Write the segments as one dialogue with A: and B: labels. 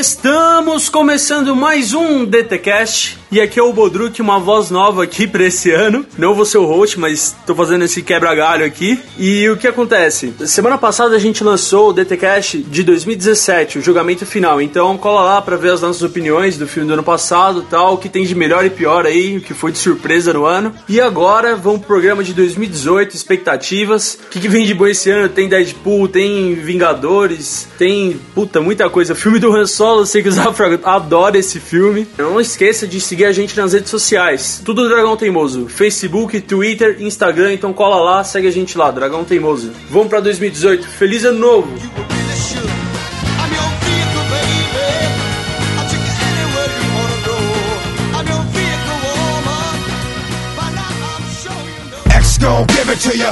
A: Estamos começando mais um DTCast. E aqui é o Bodruk, uma voz nova aqui pra esse ano. Não vou ser o host, mas tô fazendo esse quebra-galho aqui. E o que acontece? Semana passada a gente lançou o DTCast de 2017, o julgamento final. Então cola lá pra ver as nossas opiniões do filme do ano passado tal, o que tem de melhor e pior aí, o que foi de surpresa no ano. E agora vamos pro programa de 2018, expectativas. O que, que vem de bom esse ano? Tem Deadpool, tem Vingadores, tem, puta, muita coisa. Filme do Han Solo, eu sei que o Zafra adora esse filme. Não esqueça de seguir a gente nas redes sociais. Tudo Dragão Teimoso. Facebook, Twitter, Instagram. Então cola lá, segue a gente lá, Dragão Teimoso. Vamos pra 2018. Feliz ano novo!
B: X gon' give it to you.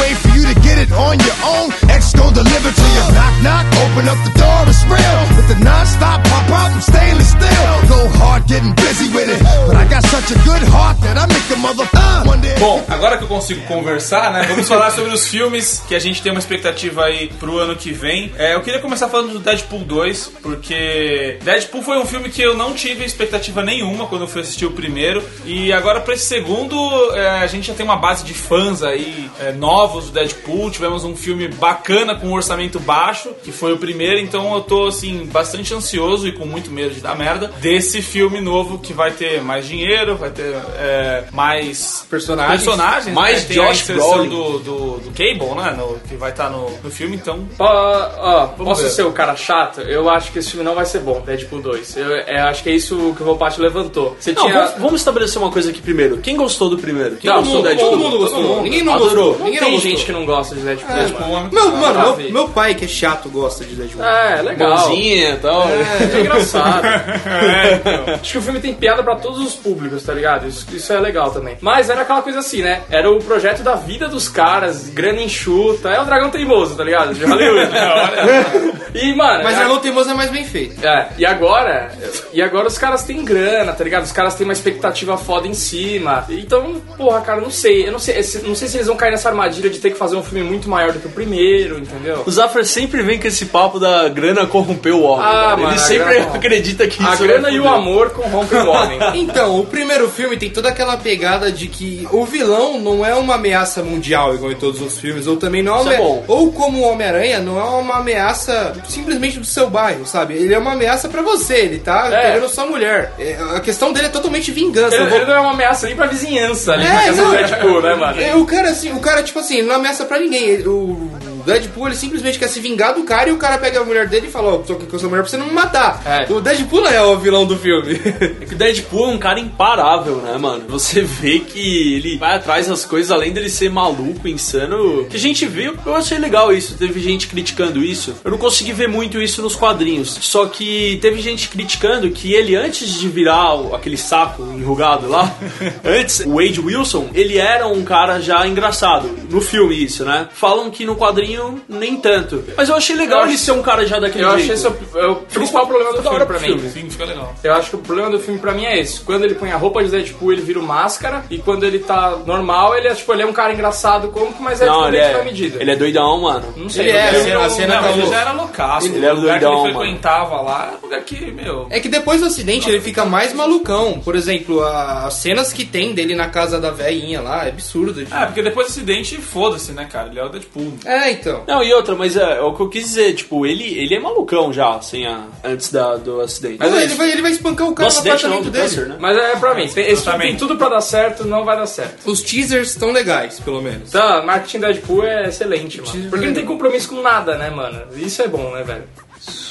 B: Wait for you to get it on your own. X gon' deliver to you. Knock knock, open up the door, it's real. With the non-stop pop out, I'm stainless steel. Go hard, getting busy with it. But I got such a good heart that I make a mother uh, one day.
C: Bom, agora que eu consigo conversar, né? Vamos falar sobre os filmes que a gente tem uma expectativa aí pro ano que vem. É, eu queria começar falando do Deadpool 2, porque Deadpool foi um filme que eu não tive expectativa nenhuma quando eu fui assistir o primeiro. E agora pra esse segundo, é, a gente já tem uma base de fãs aí é, novos do Deadpool. Tivemos um filme bacana com um orçamento baixo, que foi o primeiro. Então eu tô, assim, bastante ansioso e com muito medo de dar merda desse filme novo que vai ter mais dinheiro, vai ter é, mais
D: Personagens.
C: personagens,
A: Mais
C: né? Tem a
A: Josh
C: inserção
A: Brolin.
C: do, do, do Cable, né? No- que vai estar no, no filme, então.
D: Ó, ó, posso
C: ver.
D: ser o cara chato? Eu acho que esse filme não vai ser bom, Deadpool 2. Eu, é, acho que é isso que o Volpato levantou. Você
A: Não,
D: tinha...
A: vamos, vamos estabelecer uma coisa aqui primeiro. Quem gostou do primeiro? Quem
D: Não,
A: gostou do
D: Tá, todo
A: Deadpool?
D: Ah, mundo gostou.
E: Ninguém não
A: Adorou.
D: Não
E: gostou.
D: É,
E: Ninguém
D: tem
E: não
D: gente
E: gostou.
D: que não gosta de Deadpool.
C: Tipo,
D: mano.
C: uma-
E: Meu,
D: Ah,
E: mano, meu,
D: vi.
E: meu pai que é chato gosta de Deadpool.
D: É, legal.
A: Bonzinha e tal.
D: É então. engraçado. Acho que o filme tem piada pra todos os públicos, tá ligado? Isso, isso é legal também. Mas era aquela coisa assim, né? Era o projeto da vida dos caras, grana enxuta. É o Dragão Teimoso, tá ligado? De Hollywood. e, mano.
E: Mas
D: a-
E: Dragão Teimoso é mais bem feito.
D: É, e agora, e agora os caras têm grana, tá ligado? Os caras têm uma expectativa foda em cima. Então, porra, cara, não sei. Eu não sei, esse- não sei se eles vão cair nessa armadilha de ter que fazer um filme muito maior do que o primeiro, entendeu?
A: O Zafra sempre vem com esse papo da grana corrompeu o homem.
D: Ah,
A: cara.
D: mano,
A: Ele
D: a
A: sempre
D: grana-
A: acredita que
D: A
A: isso
D: grana
A: vai
D: e o
A: foder.
D: amor corrompem o homem.
E: Então, o primeiro filme tem toda aquela pegada de que o vilão não é uma ameaça mundial, igual em todos os filmes, ou também não é,
A: Isso
E: uma-
A: é bom.
E: Ou como o Homem-Aranha, não é uma ameaça simplesmente do seu bairro, sabe? Ele é uma ameaça pra você, ele tá
D: É.
E: pegando sua mulher. É, A questão dele é totalmente vingança.
D: Ele,
E: Eu vou-
D: ele não é uma ameaça nem pra vizinhança ali,
E: É,
D: porque essa
E: não.
D: é tipo, né, mano?
E: É, o cara assim, o cara tipo assim, ele não ameaça pra ninguém. Ele- o Deadpool ele simplesmente quer se vingar do cara e o cara pega a mulher dele e fala, ó, tô aqui com a sua mulher pra você não me matar.
D: É.
E: O Deadpool não é o vilão do filme.
A: É que o Deadpool é um cara imparável, né, mano? Você vê que ele vai atrás das coisas, além dele ser maluco, insano. Que a gente viu, eu achei legal isso. Teve gente criticando isso. Eu não consegui ver muito isso nos quadrinhos. Só que teve gente criticando que ele, antes de virar o- aquele saco enrugado lá, antes, o Wade Wilson, ele era um cara já engraçado. No filme, isso, né? Falam que no quadrinho, nem tanto. Mas eu achei legal
D: Eu
A: ele
D: acho-
A: ser um cara já daquele
D: Eu
A: jeito.
D: achei esse o, é o principal problema do
A: Da hora
D: filme pra
A: pro
D: mim.
A: filme.
C: Sim, fica legal.
D: Eu acho que o problema do filme pra mim é esse. Quando ele põe a roupa de Deadpool, ele vira o máscara. E quando ele tá normal, ele é tipo, ele é um cara engraçado como mas é
A: Não, ele
D: diferente na
A: é,
D: medida. Uhum.
A: ele é doidão, mano.
D: Não sei,
E: Ele é,
D: eu quero-
E: a cena- a cena
C: não,
E: tá
C: ele
E: louca.
C: já era loucaço.
A: Ele era
C: o lugar
A: doidão,
C: que ele
A: mano.
C: frequentava lá era um lugar que, meu.
E: é que depois do acidente ele fica mais malucão. Por exemplo, a- as cenas que tem dele na casa da velhinha lá, é absurdo.
C: Ah, porque depois do acidente, foda-se, né, cara? Ele é o Deadpool.
E: É, então.
A: Não, e outra, mas é, é o que eu quis dizer, tipo, ele, ele é malucão já, assim, a- antes da, do acidente.
E: Mas é ele, vai, ele vai espancar o
A: é do
E: cara no
A: acidente não,
E: apartamento
A: do
E: dele.
A: câncer, né?
D: Mas é pra mim, tem- esse filme tem
C: Exatamente.
D: tudo pra dar certo, não vai dar certo.
E: Os teasers estão legais, pelo menos.
D: Então, marketing Deadpool é excelente, mano. Porque não tem compromisso com nada, né, mano? Isso é bom, né, velho?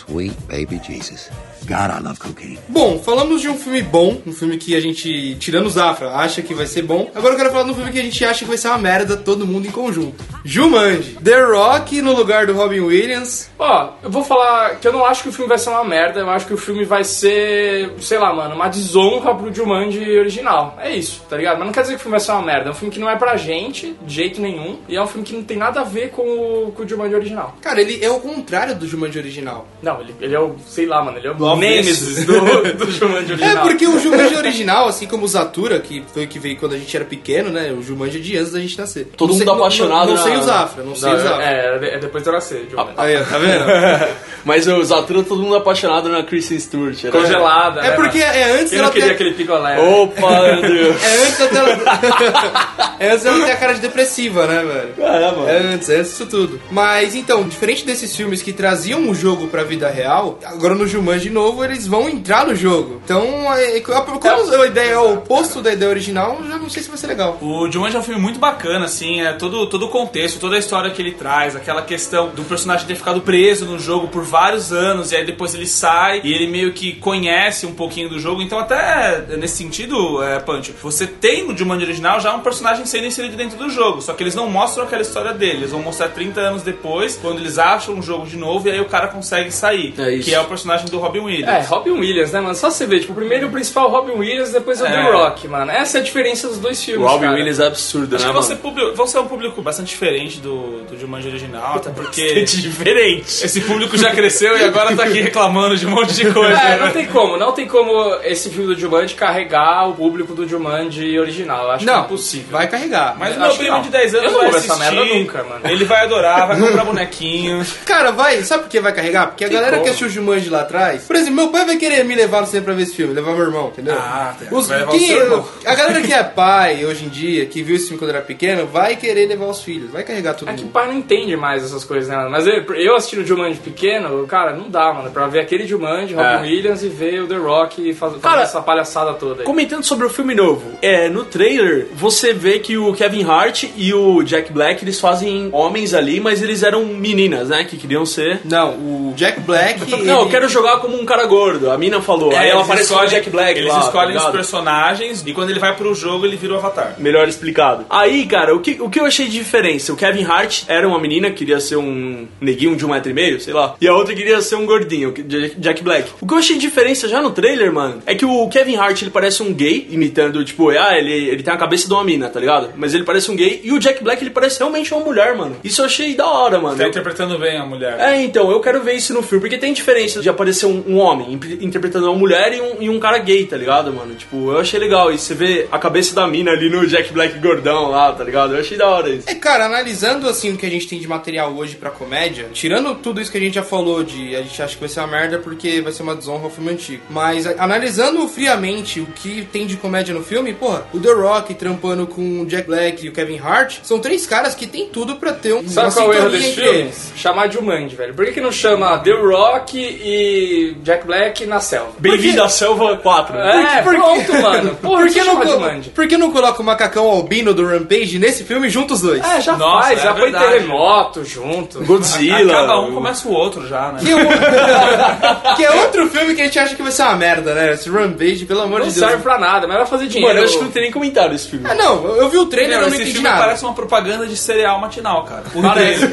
F: Sweet baby Jesus. God, I love cocaine.
E: Bom, falamos de um filme bom, um filme que a gente, tirando o Zafra, acha que vai ser bom. Agora eu quero falar de um filme que a gente acha que vai ser uma merda, todo mundo em conjunto. Jumanji. The Rock no lugar do Robin Williams.
D: Ó, eu vou falar que eu não acho que o filme vai ser uma merda, eu acho que o filme vai ser, sei lá, mano, uma desonra pro Jumanji original. É isso, tá ligado? Mas não quer dizer que o filme vai ser uma merda, é um filme que não é pra gente, de jeito nenhum, e é um filme que não tem nada a ver com o, com o Jumanji original.
E: Cara, ele é o contrário do Jumanji original.
D: Não, ele, ele é o, sei lá, mano, ele é o
C: Nemesis do, do Jumanji
E: É
C: original.
E: porque o Jumanji original, assim como o Zatura, que foi o que veio quando a gente era pequeno, né? O Jumanji é de antes da gente nascer.
A: Todo
E: Não
A: mundo
E: sei- não-
A: apaixonado
E: Não, não
A: na-
E: sei o Zafra, não sei o Zafra.
D: É, é, é depois do nascer, Jumanji.
E: Aí, ó, tá vendo?
A: Mas o Zatura, todo mundo apaixonado na Kristen Stewart. Era...
D: Congelada.
E: É
D: né,
E: porque
D: mano?
E: é antes
D: Eu não
E: dela
D: queria
E: ter...
D: aquele picolé. né?
A: Opa, meu Deus.
E: É antes dela... é antes dela ter a cara de depressiva, né, velho?
A: É, mano.
E: É antes, é antes disso tudo. Mas então, diferente desses filmes que traziam o jogo pra vida real, agora no Jumanji novo eles vão entrar no jogo. Então, é- é- como a ideia é o oposto da ideia original, eu já não sei se vai ser legal.
C: O Jumanji é um filme muito bacana, assim, é todo, todo o contexto, toda a história que ele traz, aquela questão do personagem ter ficado preso no jogo por vários anos, e aí depois ele sai e ele meio que conhece um pouquinho do jogo, então até é, nesse sentido, é, Pancho, você tem no Jumanji original já um personagem sendo inserido dentro do jogo, só que eles não mostram aquela história dele, eles vão mostrar 30 anos depois, quando eles acham o jogo de novo, e aí o cara consegue sair,
A: É isso.
C: que é o personagem do Robin Williams.
D: É, Robin Williams, né, mano? Só você ver, tipo, primeiro o principal Robin Williams, depois o
C: É.
D: The Rock, mano. Essa é a diferença dos dois
A: O
D: filmes,
A: Robin
D: cara.
A: Williams é absurdo,
C: Acho
A: né,
C: que você,
A: mano?
C: publi- você é um público bastante diferente do, do Jumanji original, até porque...
A: Diferente.
C: Esse público já cresceu e agora tá aqui reclamando de um monte de coisa.
D: É, não
C: né?
D: tem como, não tem como esse filme do Jumanji carregar o público do Jumanji original. Eu Acho que é
E: Não,
D: impossível.
E: vai carregar.
C: Mas o
D: Acho
C: meu
D: que
C: primo
D: não.
C: de 10 anos
D: Eu não
C: vai
D: vou ver essa
C: assistir,
D: merda nunca, mano.
C: Ele vai adorar, vai comprar bonequinho.
E: Cara, vai, sabe por que vai carregar? Porque a galera que assistiu o Jumanji lá atrás, por exemplo, meu pai vai querer me levar no cinema pra ver esse filme, levar meu irmão, entendeu?
C: Ah, tá.
E: Os,
C: Vai levar o
E: quem-
C: seu irmão.
E: A galera que é pai hoje em dia, que viu esse filme quando era pequeno, vai querer levar os filhos, vai carregar todo
D: É que
E: mundo.
D: pai não entende mais essas coisas, né? mano? Mas eu, eu assistindo o Jumanji pequeno, cara, não dá, mano. Pra ver aquele Jumanji, Robin
A: É.
D: Williams e ver o The Rock faz, fazendo
A: Cara,
D: essa palhaçada toda aí.
A: Comentando sobre o filme novo, é, no trailer você vê que o Kevin Hart e o Jack Black eles fazem homens ali, mas eles eram meninas, né? Que queriam ser.
E: Não, o Jack Black.
A: Não, eu
E: ele-
A: quero jogar como um cara gordo. A mina falou. aí ela
C: eles
A: aparece com o
C: escolhem-
A: É, Jack Black.
C: Eles
A: lá, tá
C: escolhem os
A: ligado?
C: personagens e quando ele vai pro jogo ele vira o avatar. Tá
A: Melhor explicado. Aí, cara, o que, o que eu achei de diferença? O Kevin Hart era uma menina, queria ser um neguinho de um metro e meio, sei lá. E a outra queria ser um gordinho, que- Jack Jack Black. O que eu achei de diferença já no trailer, mano, é que o Kevin Hart, ele parece um gay, imitando, tipo, ah, ele, ele tem a cabeça de uma mina, tá ligado? Mas ele parece um gay. E o Jack Black, ele parece realmente uma mulher, mano. Isso eu achei da hora, mano.
C: Tá interpretando bem a mulher.
A: É, então, eu quero ver isso no filme, porque tem diferença de aparecer um, um homem imp- interpretando uma mulher e um, e um cara gay, tá ligado, mano? Tipo, eu achei legal. E você vê a cabeça da mina ali no Jack Black gordão lá, tá ligado? Eu achei da hora isso.
E: É, cara, analisando assim o que a gente tem de material hoje pra comédia, tirando tudo isso que a gente já falou de a gente acha que vai ser uma merda porque vai ser uma desonra ao filme antigo. Mas a- analisando friamente o que tem de comédia no filme, porra, o The Rock trampando com o Jack Black e o Kevin Hart, são três caras que tem tudo pra ter um
D: Sabe
A: assim
E: uma
D: qual é o erro
E: sintonia
D: desse
E: entre
D: filme?
E: eles.
D: Chamar Jumanji, velho. Por que, que não chama The Rock e Jack Black na selva?
A: Bem-vindo à Selva 4.
D: É,
E: por quê?
D: pronto, mano. Por
E: Por
D: que
E: que,
D: chama
E: não,
D: Jumanji?
E: colo- por que não coloca o macacão albino do Rampage nesse filme junto os dois?
D: É, já
C: Nossa,
D: faz,
C: é
D: já foi
C: verdade.
D: terremoto junto.
A: Godzilla.
C: Acaba um, começa o outro já, né?
E: Que é,
D: um
E: outro, que é outro filme que a gente acha que vai ser uma merda, né? Esse Rampage, pelo amor
D: Não
E: de Deus.
D: serve pra nada, mas vai fazer dinheiro.
A: Mano, eu acho que não tem nem comentário esse filme.
E: Ah, não, eu eu vi o trailer e
C: Meu,
E: eu não
C: esse
E: entendi
C: filme
E: nada.
C: parece uma propaganda de cereal matinal, cara.
D: Parece.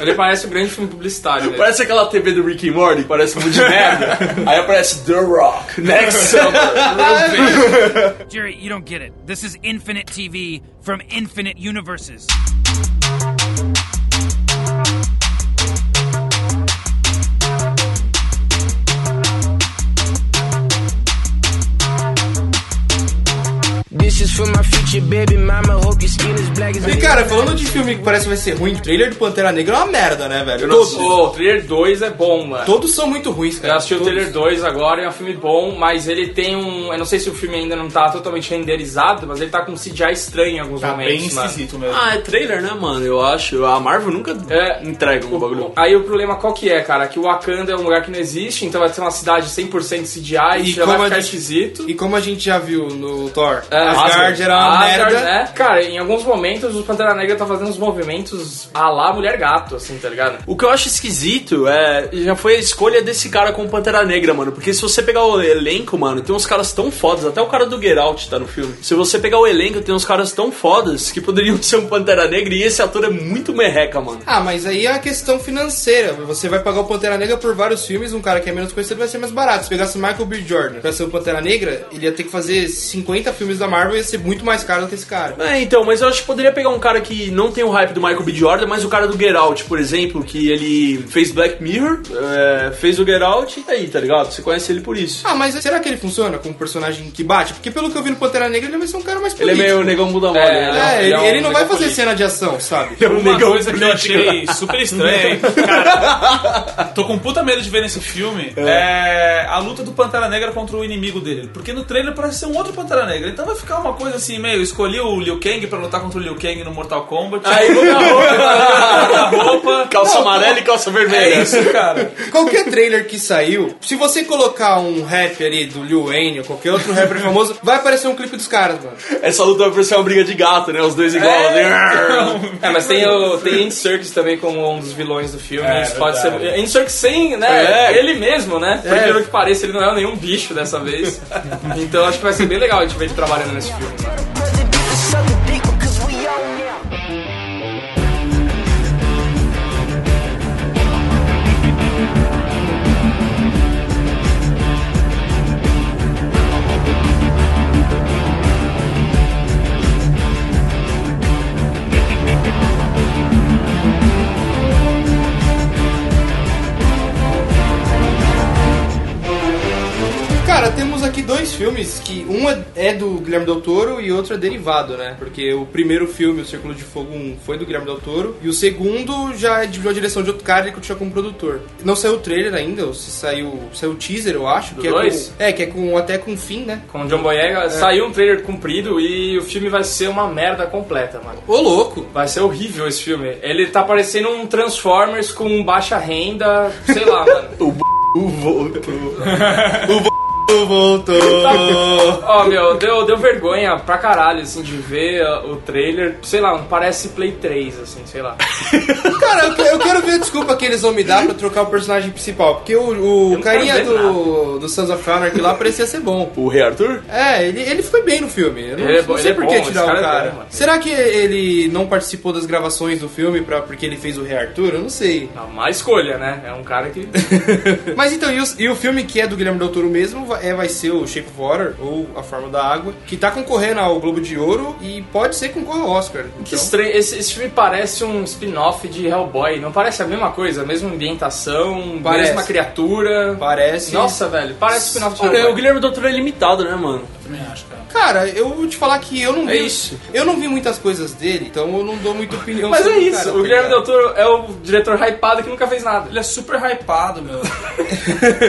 D: Ele parece um grande filme publicitário. velho.
A: Parece aquela TV do Rick and Morty, que parece muito de merda. Aí aparece The Rock, Next Summer.
G: Jerry, you don't get it. This is infinite TV from infinite universes.
H: This is for my future baby mama. Hope your skin is black as
E: E cara, falando de filme que parece que vai ser ruim, o trailer do Pantera Negra é uma merda, né, velho? Todos,
D: Ô, o trailer 2 é bom, mano.
E: todos são muito ruins, cara.
D: Eu assisti o
E: Todos.
D: trailer 2 agora, é um filme bom, mas ele tem um. Eu não sei se o filme ainda não tá totalmente renderizado, mas ele tá com um CGI estranho em alguns
C: Tá bem
D: momentos, mano.
C: esquisito mesmo.
A: Ah, é trailer, né, mano? Eu acho. A Marvel nunca
D: É.
A: entrega um bagulho.
D: Aí o problema qual que é, cara? Que o Wakanda é um lugar que não existe, então vai ser uma cidade 100% CGI, e
E: E
D: já
E: como
D: vai
E: a
D: ficar
E: gente-
D: esquisito.
E: E como a gente já viu no Thor,
D: É,
E: Asgard era uma
D: Asgard,
E: merda.
D: é. Cara, em alguns momentos o Pantera Negra tá fazendo uns movimentos à lá mulher gato, assim, tá ligado?
A: O que eu acho esquisito é. Já foi a escolha desse cara com Pantera Negra, mano. Porque se você pegar o elenco, mano, tem uns caras tão fodas. Até o cara do Get Out tá no filme. Se você pegar o elenco, tem uns caras tão fodas que poderiam ser um Pantera Negra. E esse ator é muito merreca, mano.
E: Ah, mas aí é a questão financeira. Você vai pagar o Pantera Negra por vários filmes, um cara que é menos conhecido vai ser mais barato. Se pegasse o Michael B. Jordan pra ser o Pantera Negra, ele ia ter que fazer 50 filmes da Marvel e ia ser ser muito mais caro do que esse cara.
A: É, então, mas eu acho que poderia pegar um cara que não tem o hype do Michael B. Jordan, mas o cara do Get Out, por exemplo, que ele fez Black Mirror, é, fez o Get Out, e aí, tá ligado? Você conhece ele por isso.
E: Ah, mas será que ele funciona como um personagem que bate? Porque pelo que eu vi no Pantera Negra, ele vai ser um cara mais
A: Ele é
E: político.
A: meio negão bunda mole, né?
D: É,
E: É, ele,
D: Ele é um
E: ele não vai
D: negão
E: fazer
D: político.
E: cena de ação, sabe? Tipo,
A: Ele é um
C: Uma
A: negão
C: coisa que eu
A: político.
C: achei super estranha, hein? Cara, tô com puta medo de ver nesse filme é. a luta do Pantera Negra contra o inimigo dele. Porque no trailer parece ser um outro Pantera Negra. Então vai ficar uma coisa assim, meio, escolhi o Liu Kang pra lutar contra o Liu Kang no Mortal Kombat.
D: Ah,
A: Aí, vou na roupa,
C: tá a roupa.
A: calça amarela e calça vermelha.
C: É isso, cara.
E: Qualquer trailer que saiu, se você colocar um rap ali do Lil Wayne ou qualquer outro rapper famoso, vai aparecer um clipe dos caras, mano.
A: Essa luta vai parecer uma briga de gato, né? Os dois igual. assim.
D: É, mas tem o tem Andy Serkis também como um dos vilões do filme.
C: É,
D: isso pode ser.
C: verdade.
D: Andy Serkis sem, né?
A: É.
D: Ele mesmo, né? Por incrível que pareça, ele não é nenhum bicho dessa vez. então acho que vai ser bem legal a gente ver ele trabalhando nesse filme. né?
E: Cara, temos aqui dois filmes que um é- é do Guilherme Del Toro e outro é derivado, né? Porque o primeiro filme, O Círculo de Fogo 1, foi do Guilherme Del Toro e o segundo já é de uma direção de outro cara e ele continua como produtor. Não saiu o trailer ainda, ou se saiu, saiu o teaser, eu acho. que
D: dois?
E: É, com, é, que é com, até com fim, né?
D: Com o John Boyega, saiu um trailer comprido e o filme vai ser uma merda completa, mano.
E: Ô, louco!
D: Vai ser horrível esse filme. Ele tá parecendo um Transformers com baixa renda, sei lá, mano.
E: Voltou!
D: Ó, meu, deu, deu vergonha pra caralho, assim, de ver uh, o trailer. Sei lá, um, parece Play 3, assim, sei lá.
E: Cara, eu, que- eu quero ver a desculpa que eles vão me dar pra trocar o personagem principal. Porque o,
D: Eu
E: o
D: não
E: carinha
D: quero ver
E: do, do Sons of Anarchy lá parecia ser bom.
A: O Rei Arthur?
E: É, ele, ele foi bem no filme. Eu não,
D: Ele é
E: não
D: bom,
E: sei
D: ele é
E: por que
D: bom,
E: tirar
D: esse
E: o
D: cara é
E: cara.
D: bom, mano.
E: Será que ele não participou das gravações do filme pra, porque ele fez o Rei Arthur? Eu não sei.
D: É uma escolha, né? É um cara que.
E: Mas então, e o, e o filme que é do Guilherme Del Toro mesmo vai, é, vai ser o Shape of Water, ou A Forma da Água, que tá concorrendo ao Globo de Ouro e pode ser que concorra ao Oscar.
D: Que
E: Então,
D: estranho. Esse, esse filme parece um spin-off de Hellboy. Não parece a mesma coisa? A mesma ambientação,
E: Parece.
D: mesma criatura.
E: parece.
D: Nossa, velho, parece spin-off de
A: Olha, o
D: Hellboy.
A: Guilherme Doutor é limitado, né, mano?
E: Cara, eu vou te falar que eu não vi.
A: É isso.
E: Eu não vi muitas coisas dele, então eu não dou muita opinião.
D: Mas é
E: sobre
D: isso,
E: cara,
D: o
E: tá
D: Guilherme Del
E: ligado?
D: Toro é o diretor hypado que nunca fez nada.
C: Ele é super hypado, meu.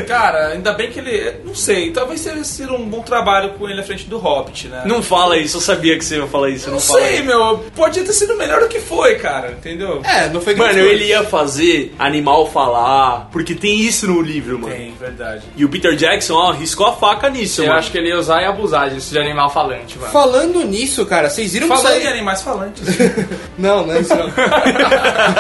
C: Cara, ainda bem que ele. Não sei, talvez seja sido um bom trabalho com ele à frente do Hobbit, né?
A: Tá. Não fala isso, eu sabia que você ia falar isso, não,
C: Não
A: fala
C: sei, meu. Podia ter sido melhor do que foi, cara. Entendeu?
E: É, não foi grande
A: Mano,
E: coisa.
A: ele ia fazer animal falar, porque tem isso no livro,
D: É.
A: mano.
C: Tem, verdade.
A: E o Peter Jackson, ó, riscou a faca nisso,
D: Eu
A: mano.
D: acho que ele ia usar e abusar disso de animal falante, mano.
E: Falando nisso, cara, vocês viram que
C: Falando em
E: saiu...
C: animais falantes.
E: Não, não é isso não.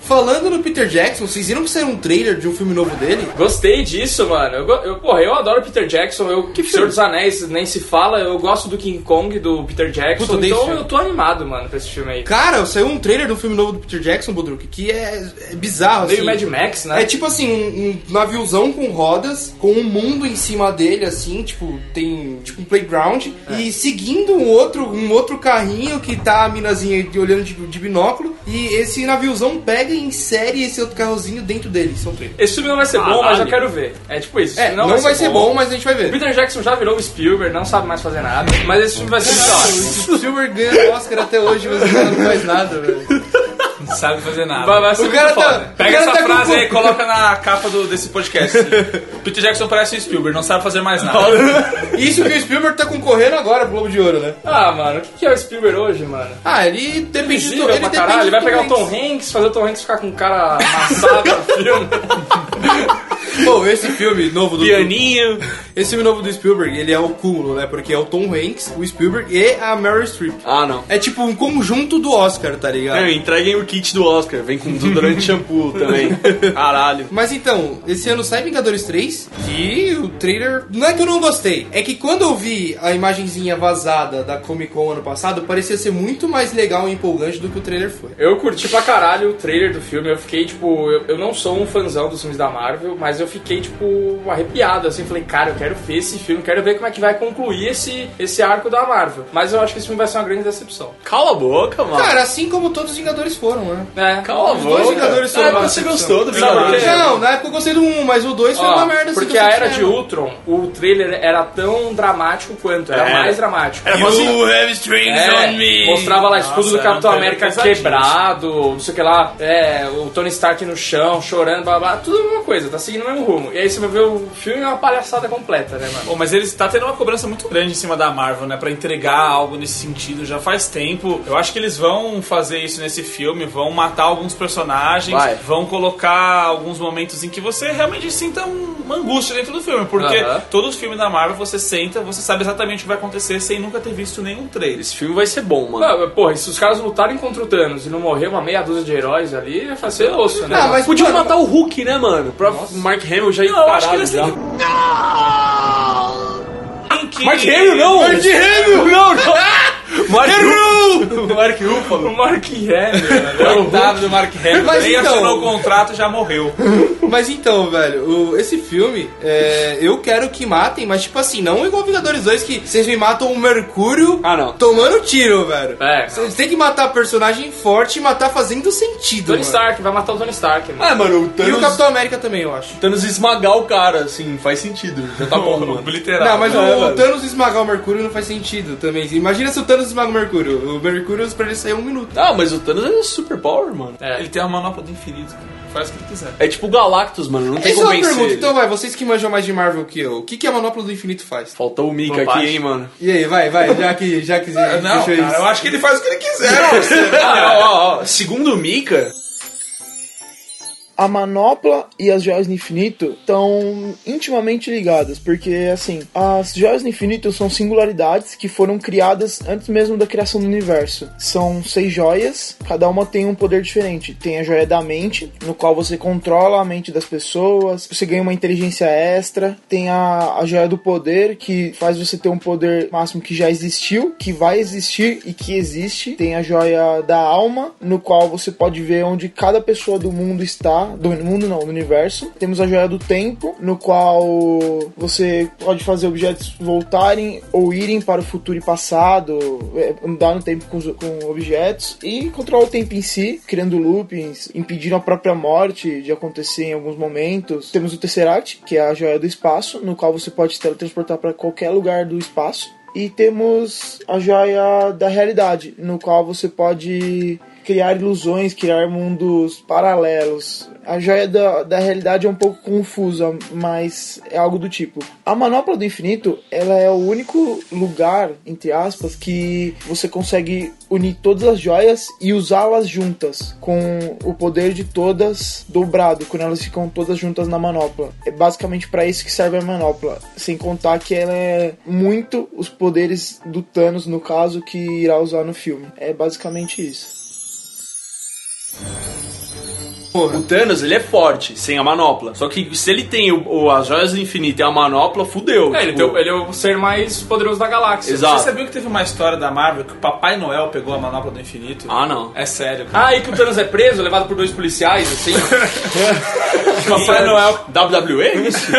E: Falando no Peter Jackson, vocês viram que saiu um trailer de um filme novo dele?
D: Gostei disso, mano. Eu, go- eu, porra, eu adoro Peter Jackson. Eu, que Senhor dos Anéis nem se fala. Eu gosto do King Kong, do Peter Jackson.
E: Puta,
D: então
E: deixa.
D: eu tô animado, mano, pra esse filme aí.
E: Cara, saiu um trailer do filme novo do Peter Jackson, Budruk, que é, é bizarro,
D: Meio
E: assim.
D: Mad Max, né?
E: É tipo assim, um, um naviozão com rodas, com um mundo em cima dele, assim, tipo, tem tipo um playground,
D: É.
E: e seguindo um outro, um outro carrinho que tá a minazinha de- olhando de, de binóculo, e esse naviozão pega e insere esse outro carrozinho dentro dele. São três.
D: Esse filme não vai ser bom, mas
A: Caralho.
D: eu quero ver. É tipo isso.
E: É, não, vai ser bom. mas a gente vai
D: O
E: ver.
D: Peter Jackson já virou o Spielberg, não sabe mais fazer nada. Mas esse filme vai ser da hora.
E: O Silver ganha Oscar até hoje, mas o cara não faz nada, velho.
C: Não sabe fazer nada.
D: Vai, vai ser
E: O
D: é muito
E: cara
D: foda.
E: tá.
C: Pega
E: o cara
C: essa
E: tá
C: frase aí e
E: com...
C: coloca na capa do- desse podcast. Peter Jackson parece um Spielberg, não sabe fazer mais nada.
E: Isso que o Spielberg tá concorrendo agora pro Globo de Ouro, né?
D: Ah, mano, o que que é o Spielberg hoje, mano?
E: Ah, ele tá depende do.
D: Invisível pra
E: depende
D: caralho.
E: do
D: Ele vai pegar o Tom
E: Hanks.
D: Hanks, fazer o Tom Hanks ficar com um cara amassado no filme.
E: Bom, esse filme novo do.
A: Pianinho.
E: Esse filme novo do Spielberg, ele é o cúmulo, né? Porque é o Tom Hanks, o Spielberg e a Meryl Streep.
A: Ah, não.
E: É tipo um conjunto do Oscar, tá
C: É.
E: ligado?
D: É.
A: Não, entreguem o kit do Oscar. Vem com desodorante e shampoo também. Caralho.
E: Mas então, esse ano sai Vingadores 3 e o trailer. Não é que eu não gostei, é que quando eu vi a imagenzinha vazada da Comic Con ano passado, parecia ser muito mais legal e empolgante do que o trailer foi.
D: Eu curti pra caralho o trailer do filme. Eu fiquei, tipo, eu, eu não sou um fãzão dos filmes da Marvel, mas eu eu fiquei, tipo, arrepiado, assim. Falei, cara, eu quero ver esse filme, quero ver como é que vai concluir esse, esse arco da Marvel. Mas eu acho que esse filme vai ser uma grande decepção.
A: Cala a boca, mano.
C: É,
E: Cara, assim como todos os Vingadores foram, né?
D: É.
A: Cala a
E: os dois
A: boca.
E: Vingadores foram
A: Ah,
E: uma
A: você
E: decepção.
A: gostou do
C: assim, Sabe por
A: Vingadores?
C: quê?
A: né?
E: Não, na época eu gostei do 1, mas o 2 foi
D: Ó,
E: uma merda. assim,
D: Ah, porque
E: que eu
D: a
E: senti
D: era de
E: merda.
D: Ultron, o trailer era tão dramático quanto, era
A: Era.
D: mais dramático.
A: Era assim,
C: have strings
D: É, mostrava lá escudo
C: Nossa,
D: do Capitão
C: era um
D: América
C: pesadinho.
D: quebrado, não sei o que lá, é, o Tony Stark no chão, chorando, blá blá, blá, tudo a mesma coisa, tá seguindo o mesmo rumo. E aí você vai ver o filme é uma palhaçada completa, né, mano?
C: Bom, mas eles tá tendo uma cobrança muito grande em cima da Marvel, né? Pra entregar algo nesse sentido já faz tempo. Eu acho que eles vão fazer isso nesse filme, vão matar alguns personagens,
A: Vai.
C: vão colocar alguns momentos em que você realmente sinta um- uma angústia dentro do filme. Porque
D: Aham.
C: todo filme da Marvel você senta, você sabe exatamente o que vai acontecer sem nunca ter visto nenhum trailer.
A: Esse filme vai ser bom, mano.
D: Não, porra, e se os caras lutarem contra o Thanos e não morrer uma meia dúzia de heróis ali, ia fazer osso, né?
E: Ah, mas
A: Podiam
E: mano,
A: matar o Hulk, né, mano? Pra Mark Hamill já ir
C: Não, eu acho
A: parado
C: que eles
A: já.
C: têm que- Em que-
A: Mark Hamill, não! Mark Hamill! Não, não! Mark Hamill! Mark Ruffalo.
D: O Mark Hamill,
C: Coitado do Mark Hamill,
E: Mas
C: nem
E: então-
C: assinou o contrato e já morreu.
E: Mas então, velho, o- esse filme, é, eu quero que matem, mas tipo assim, não igual Vingadores 2, que vocês me matam o Mercúrio
A: Ah, não.
E: tomando tiro, velho.
D: É.
E: Vocês têm que matar personagem forte e matar fazendo sentido.
D: Tony
E: mano.
D: Stark, vai matar o Tony Stark, mano.
A: Ah, mano, o
E: E o
A: Thanos,
E: Capitão América também, eu acho.
A: Thanos esmagar o cara, assim, faz sentido. Já tá bom, mano.
C: Obliterado.
E: Não, mas o-
A: é,
E: o,
A: mano.
E: Thanos esmagar o Mercúrio não faz sentido também. Imagina se o Thanos esmaga o Mercúrio. O Mercúrio pra ele sair um minuto.
A: Ah, mas o Thanos é super power, mano.
D: É.
C: Ele tem a manopla do infinito, cara. faz o que ele quiser.
A: É tipo o Galactus, mano. Não tem
E: Essa é
A: como
E: uma
A: vencer.
E: pergunta,
A: ele.
E: então vai, vocês que manjam mais de Marvel que eu, o que, que a Manopla do Infinito faz?
A: Faltou o Mika aqui,
C: Bobagem.
A: hein, mano.
E: E aí, vai, vai, já que, já que
C: Ah, Não,
E: deixou
C: cara,
E: isso.
C: eu acho que ele faz o que ele quiser.
A: Ah, ó, ó, ó. Segundo o Mika,
I: a manopla e as joias do infinito estão intimamente ligadas, porque assim, as joias do infinito são singularidades que foram criadas antes mesmo da criação do universo. São seis joias, cada uma tem um poder diferente. Tem a joia da mente, no qual você controla a mente das pessoas, você ganha uma inteligência extra. Tem a, a joia do poder, que faz você ter um poder máximo que já existiu, que vai existir e que existe. Tem a joia da alma, no qual você pode ver onde cada pessoa do mundo está, do mundo não, do universo. Temos a joia do tempo, no qual você pode fazer objetos voltarem ou irem para o futuro e passado, é, andar no tempo com, os- com objetos e controlar o tempo em si, criando loopings, impedindo a própria morte de acontecer em alguns momentos. Temos o Tesseract, que é a joia do espaço, no qual você pode teletransportar para qualquer lugar do espaço. E temos a joia da realidade, no qual você pode criar ilusões, criar mundos paralelos. A joia da, da realidade é um pouco confusa, mas é algo do tipo. A manopla do infinito, ela é o único lugar, entre aspas, que você consegue unir todas as joias e usá-las juntas, com o poder de todas dobrado, quando elas ficam todas juntas na manopla. É basicamente para isso que serve a manopla, sem contar que ela é muito os poderes do Thanos, no caso, que irá usar no filme. É basicamente isso.
A: o Thanos, ele é forte, sem a manopla. Só que se ele tem o, o- as joias do infinito e a manopla, fudeu.
D: É, ele,
A: tipo,
D: tem o- ele é o ser mais poderoso da galáxia.
A: Exato.
C: Você sabia que teve uma história da Marvel que o Papai Noel pegou a manopla do infinito?
A: Ah, não.
C: É sério, cara.
D: Ah, e que o Thanos é preso, levado por dois policiais, assim.
A: Papai
D: é
A: Noel. WWE? Isso?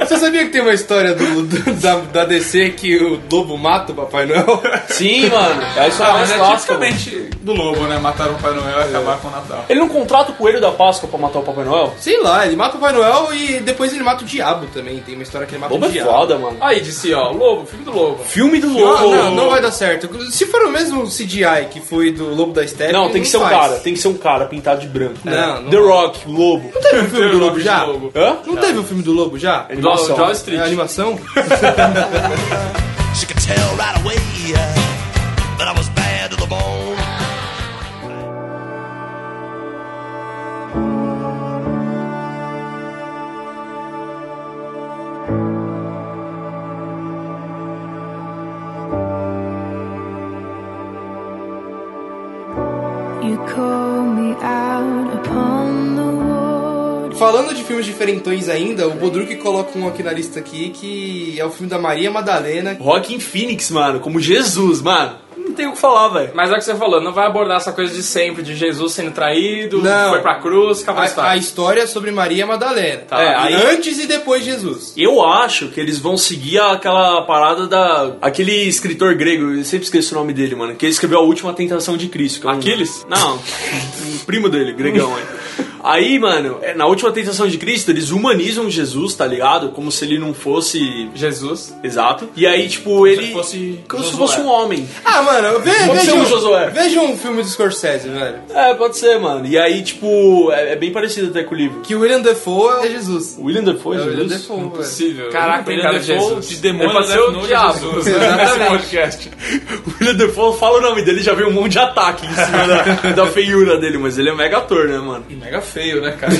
E: Você sabia que tem uma história do, do- da, da DC que o lobo mata o Papai Noel?
A: Sim, mano. É a história
C: Ah, mas
A: mais
C: é
D: tipo
A: clássica, mano.
C: tipicamente do lobo, né? Matar o Papai Noel e
A: É.
C: acabar com o Natal.
A: Ele não contrata o coelho da Páscoa pra matar o Papai Noel?
E: Sei lá, ele mata o Papai Noel e depois ele mata o diabo também. Tem uma história que ele mata
A: Lobo
E: o
A: é
E: diabo.
A: foda, mano.
D: Aí, disse, ó, Lobo, filme do Lobo.
A: Filme do
E: Não,
A: Lobo.
E: não, não vai dar certo. Se for o mesmo CGI que foi do Lobo da Steppe,
A: Não, tem que ser um
E: faz.
A: cara, tem que ser um cara pintado de branco.
E: Não, não
A: The
E: vai.
A: Rock, um Lobo.
E: Não teve o filme do Lobo já?
A: Hã?
E: Não teve o filme do Lobo já?
D: Do Wall
E: É
D: Street.
E: a animação?
B: She could tell right away uh, that I was bad to the bone.
J: You call me out upon the ward.
E: Falando de filmes diferentões ainda, o Bodruk coloca um aqui na lista aqui que é o filme da Maria Madalena.
A: Rock in Phoenix, mano, como Jesus, mano. tem o que falar, velho.
D: Mas é o que você falou, não vai abordar essa coisa de sempre, de Jesus sendo traído,
E: Não.
D: foi pra cruz, acabou
E: A, a história é sobre Maria Madalena.
A: Tá. É, aí-
E: Antes e depois de Jesus.
A: Eu acho que eles vão seguir aquela parada da. aquele escritor grego, eu sempre esqueço o nome dele, mano, que ele escreveu A Última Tentação de Cristo. que é um-
D: Aquiles?
A: Não, um primo dele, gregão aí. Aí, mano, é, na Última Tentação de Cristo, eles humanizam Jesus, tá ligado? Como se ele não fosse.
D: Jesus.
A: Exato. E aí, tipo, ele.
C: fosse
A: Como se
C: Josué.
A: fosse um homem.
E: Ah, mano, ve,
A: Pode ser
E: veja,
A: um Josué.
E: veja um filme do Scorsese, velho.
A: É, pode ser, mano. E aí, tipo, é, é bem parecido até com o livro.
E: Que William Defoe é Jesus.
A: William Defoe,
E: É o William
A: Jesus?
E: Defoe, velho.
C: Impossível.
D: Caraca, tem cara de Jesus.
C: De demônio
D: Ele pode ser o
C: Death Note,
D: diabo.
C: Jesus,
E: Exatamente.
C: Nesse podcast.
A: William Defoe fala o nome dele, já vem um monte de ataque em cima da, da feiura dele, mas ele é um mega ator, né, mano?
C: Mega feio, né, cara?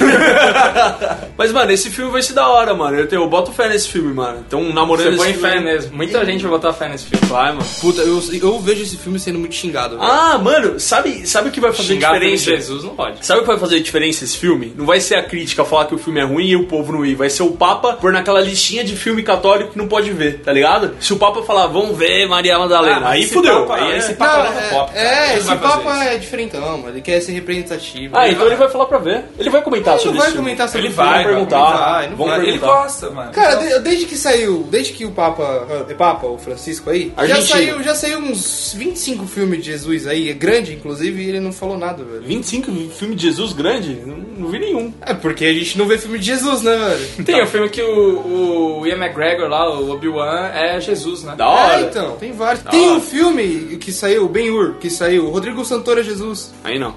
A: Mas, mano, esse filme vai ser da hora, mano. Eu, tenho, eu boto fé nesse filme, mano. Então, namorando
D: Você
A: esse
D: põe
A: filme...
D: fé mesmo. Muita gente vai botar fé nesse filme.
A: Vai, mano.
E: Puta, eu, eu vejo esse filme sendo muito xingado. velho.
A: Ah, mano, sabe, sabe o que vai fazer
D: Xingar pelo
A: diferença?
D: Jesus não pode.
A: Sabe o que vai fazer diferença esse filme? Não vai ser a crítica falar que o filme é ruim e o povo não ir. Vai ser o Papa pôr naquela listinha de filme católico que não pode ver, tá ligado? Se o Papa falar, vamos ver Maria Madalena,
C: Ah,
A: aí
C: esse
A: fudeu.
C: Papa
A: aí
C: é-
A: esse
C: Não,
A: Papa...
C: é-
E: é,
C: cara.
E: é,
C: Ele
E: esse
C: vai fazer
E: Papa é diferentão, mano. Ele quer ser representativo.
A: Ah, então ele vai falar pra ver. Ele vai comentar
E: Ele
A: sobre
E: não
A: isso.
E: vai comentar sobre
C: Ele
E: o filme,
C: vai,
A: Vão perguntar.
E: Ele vai, não
A: vão
E: vai.
C: Ele
A: perguntar.
C: gosta, mano.
E: Cara, de- desde que saiu, desde que o Papa, é Papa, o Francisco aí, já
A: Argentina.
E: saiu, já saiu uns 25 filmes de Jesus aí, é grande inclusive, e ele não falou nada, velho.
A: 25 filme de Jesus grande? Não, não vi nenhum.
E: É porque a gente não vê filme de Jesus, né, velho?
D: Tem o filme que o, o Ian McGregor lá, o Obi-Wan, é Jesus, né?
A: Da hora.
E: É, então, tem vários. tem um filme que saiu, Ben-Hur, que saiu, Rodrigo Santoro é Jesus.
A: Aí não.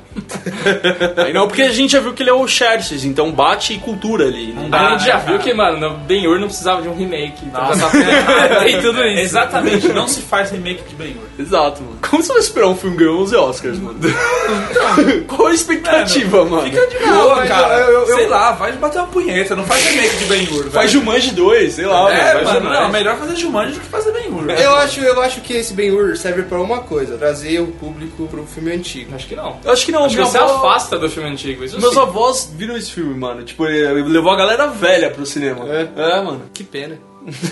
A: Aí não, porque a gente já viu que ele é o Xerxes, então bate e cultura ali. Não
D: A
A: dá.
D: gente já viu que, mano, no Ben-Hur não precisava de um remake. Ah. Nossa, tem Tá tudo isso.
C: Exatamente, não se faz remake de Ben-Hur.
A: Exato, mano. Como você vai esperar um filme ganhar 11 Oscars, mano? Qual a expectativa, mano?
C: Fica de boa,
E: mas
C: cara.
E: eu- eu- eu-
C: sei lá, vai bater uma punheta, não faz remake de Ben-Hur.
A: Faz
C: velho.
A: Jumanji 2, sei lá,
C: É,
A: velho. Faz
C: mano,
A: Jumanji.
C: não, melhor fazer Jumanji do que fazer Ben-Hur.
E: Eu acho, eu acho que esse Ben-Hur serve pra uma coisa, trazer o público pro filme antigo.
D: Acho que não.
A: Eu acho que não,
D: Acho que
A: meu
D: você é
A: avô-
D: afasta do filme antigo. Isso
A: Meus
D: sim.
A: avós viram esse filme, mano. Tipo, ele levou a galera velha pro cinema.
E: É.
A: mano.
E: Que pena.